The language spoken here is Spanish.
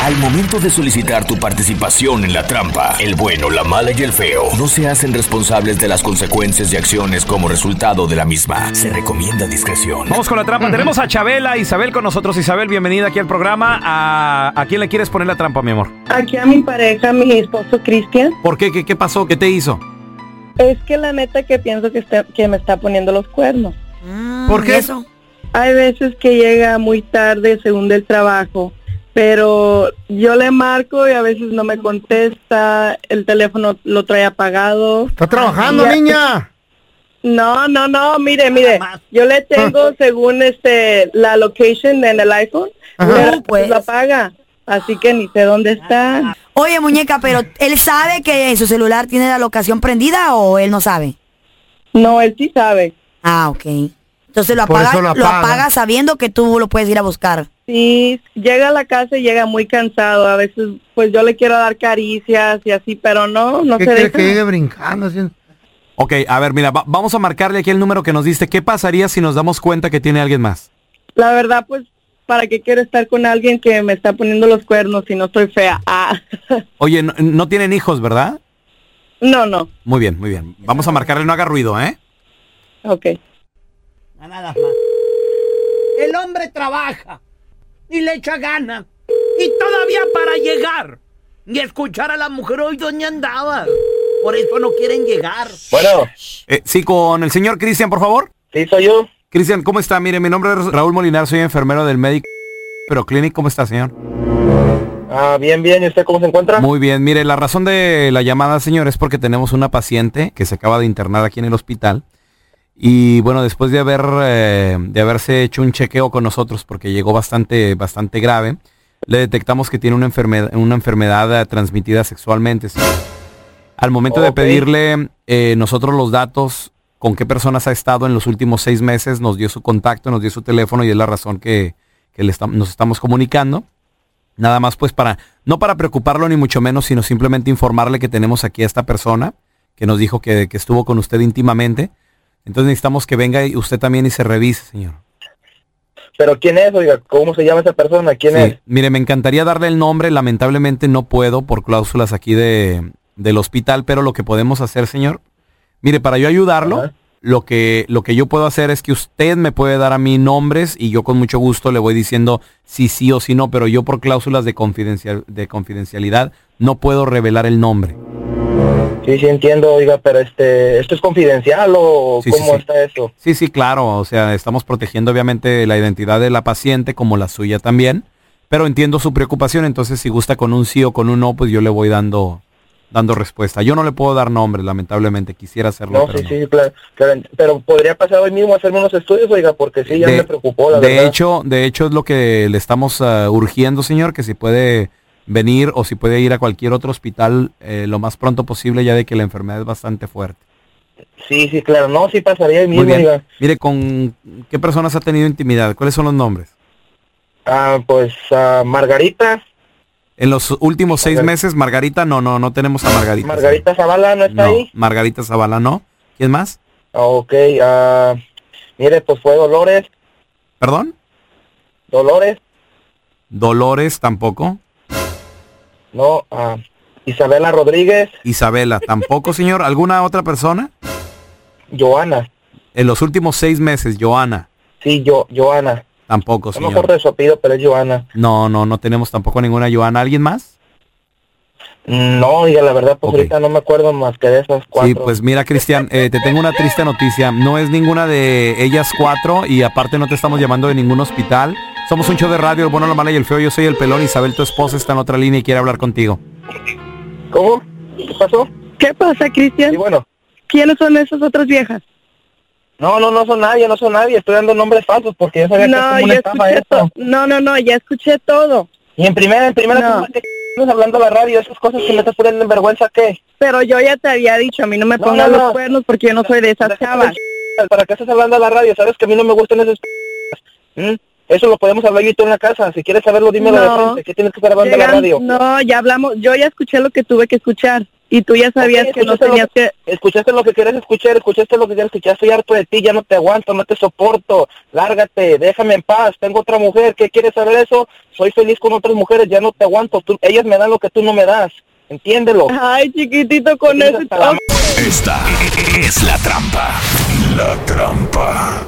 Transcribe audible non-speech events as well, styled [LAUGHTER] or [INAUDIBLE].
Al momento de solicitar tu participación en la trampa, el bueno, la mala y el feo no se hacen responsables de las consecuencias y acciones como resultado de la misma. Se recomienda discreción. Vamos con la trampa. Tenemos a Chabela, Isabel con nosotros. Isabel, bienvenida aquí al programa. ¿A, a quién le quieres poner la trampa, mi amor? Aquí a mi pareja, mi esposo Cristian, ¿Por qué? ¿Qué, qué pasó? ¿Qué te hizo? es que la neta que pienso que, está- que me está poniendo los cuernos. Mm, ¿Por qué? Eso. Hay veces que llega muy tarde según del trabajo, pero yo le marco y a veces no me contesta, el teléfono lo trae apagado. Está trabajando, Ya. niña. No, no, no, mire, mire, yo le [LAUGHS] tengo según este la location en el iPhone, Ajá. pero Uh, pues. lo apaga, así que ni sé dónde está. Oye, muñeca, pero ¿él sabe que en su celular tiene la locación prendida o él no sabe? No, él sí sabe. Ah, ok. Entonces lo Por apaga, eso lo lo apaga. apaga. sabiendo que tú lo puedes ir a buscar. Sí, llega a la casa y llega muy cansado. A veces, pues yo le quiero dar caricias y así, pero no, no ¿Qué se quiere deja. que llegue brincando? así? Ok, a ver, mira, va- vamos a marcarle aquí el número que nos diste. ¿Qué pasaría si nos damos cuenta que tiene alguien más? La verdad, pues, ¿para qué quiero estar con alguien que me está poniendo los cuernos si no estoy fea? Ah, [LAUGHS] Oye, no, no tienen hijos, ¿verdad? no, no, Muy bien, muy bien. Vamos a marcarle, no haga ruido, ¿eh? ok. El hombre trabaja y le echa gana. Y todavía para llegar y escuchar a la mujer hoy dónde andaba. Por eso no quieren llegar. Bueno, Eh, sí, con el señor Cristian, por favor. sí soy yo. Cristian, ¿cómo está? Mire, mi nombre es Raúl Molinar, soy enfermero del médico. Pero Clinic, ¿cómo está, señor? Ah, bien, bien. ¿Y usted cómo se encuentra? Muy bien, mire, la razón de la llamada, señor, es porque tenemos una paciente que se acaba de internar aquí en el hospital. Y bueno, después de haber eh, de haberse hecho un chequeo con nosotros, porque llegó bastante, bastante grave, le detectamos que tiene una enfermedad, una enfermedad eh, transmitida sexualmente. señor. Al momento de Ok. pedirle eh, nosotros los datos con qué personas ha estado en los últimos seis meses, nos dio su contacto, nos dio su teléfono y es la razón que, que le estam- nos estamos comunicando. Nada más pues para, no para preocuparlo ni mucho menos, sino simplemente informarle que tenemos aquí a esta persona que nos dijo que, que estuvo con usted íntimamente. Entonces necesitamos que venga y usted también y se revise, señor. Pero ¿quién es? Oiga, ¿cómo se llama esa persona? ¿Quién Sí, es? Mire, me encantaría darle el nombre, lamentablemente no puedo por cláusulas aquí de, del hospital, pero lo que podemos hacer, señor, mire, para yo ayudarlo, Ajá. lo que, lo que yo puedo hacer es que usted me puede dar a mí nombres y yo con mucho gusto le voy diciendo si sí o si no, pero yo por cláusulas de, confidencial, de confidencialidad no puedo revelar el nombre. Sí, sí entiendo, oiga, pero este, ¿esto es confidencial o Sí, sí, cómo sí. está eso? Sí, sí, claro. O sea, estamos protegiendo obviamente la identidad de la paciente como la suya también. Pero entiendo su preocupación, entonces si gusta con un sí o con un no, pues yo le voy dando dando respuesta. Yo no le puedo dar nombre, lamentablemente. Quisiera hacerlo. No, pero sí, no. sí, claro, claro, Pero podría pasar hoy mismo a hacerme unos estudios, oiga, porque sí, ya de, me preocupó, la de verdad. hecho, de hecho es lo que le estamos ah, urgiendo, señor, que si puede venir o si puede ir a cualquier otro hospital eh, lo más pronto posible, ya de que la enfermedad es bastante fuerte. Sí, sí, claro. No, sí pasaría hoy Muy mismo, bien. oiga. Mire, ¿con qué personas ha tenido intimidad? ¿Cuáles son los nombres? Ah, pues, ah, Margarita, En los últimos seis Margarita. meses, Margarita, no, no, no tenemos a Margarita. Margarita Zavala, ¿no señor. está no, ahí? Margarita Zavala, no. ¿Quién más? Ah, Ok, ah, mire, pues fue Dolores, Perdón. Dolores, Dolores tampoco. no, ah, Isabela Rodríguez, [LAUGHS] Isabela tampoco, señor. ¿Alguna otra persona? Joana. En los últimos seis meses, Joana Sí, yo, Joana. tampoco, No me acuerdo Oh, señor. de su apellido, pero es Joana. No, no, no tenemos tampoco ninguna Joana. ¿Alguien más? No, oiga, la verdad, pues Ok. ahorita no me acuerdo más que de esas cuatro. Sí, pues mira, Cristian, eh, te tengo una triste noticia. No es ninguna de ellas cuatro y aparte no te estamos llamando de ningún hospital. Somos un show de radio, el bueno, la mala y el feo. Yo soy el pelón. Isabel, tu esposa está en otra línea y quiere hablar contigo. ¿Cómo? ¿Qué pasó? ¿Qué pasa, Y Cristian? bueno, ¿Quiénes son esas otras viejas? no, no, no son nadie, no son nadie. Estoy dando nombres falsos porque yo sabía que es No, como una ya estafa escuché esto. todo. No, no, no, ya escuché todo. Y en primera, en primera, No. ¿cómo que estás hablando a la radio? Esas cosas que me estás poniendo en vergüenza, ¿qué? Pero yo ya te había dicho, a mí no me No, pongas no, los no. cuernos porque yo no soy de esas Déjame chavas. de- ¿Para qué estás hablando a la radio? Sabes que a mí no me gustan esas ¿Mm? Eso lo podemos hablar yo y tú en la casa. Si quieres saberlo, dímelo de No. frente. ¿Qué tienes que estar hablando a la Llegan- radio? no, ya hablamos, yo ya escuché lo que tuve que escuchar. y tú ya sabías Ok, que no escuchaste lo tenías que... Escuchaste lo que quieres escuchar, escuchaste lo que quieres escuchar, estoy harto de ti, ya no te aguanto, no te soporto, lárgate, déjame en paz, tengo otra mujer, ¿qué quieres saber eso? Soy feliz con otras mujeres, ya no te aguanto, tú- ellas me dan lo que tú no me das, entiéndelo. Ay, chiquitito, con Tienes ese... hasta la toque. Esta es la trampa. La trampa.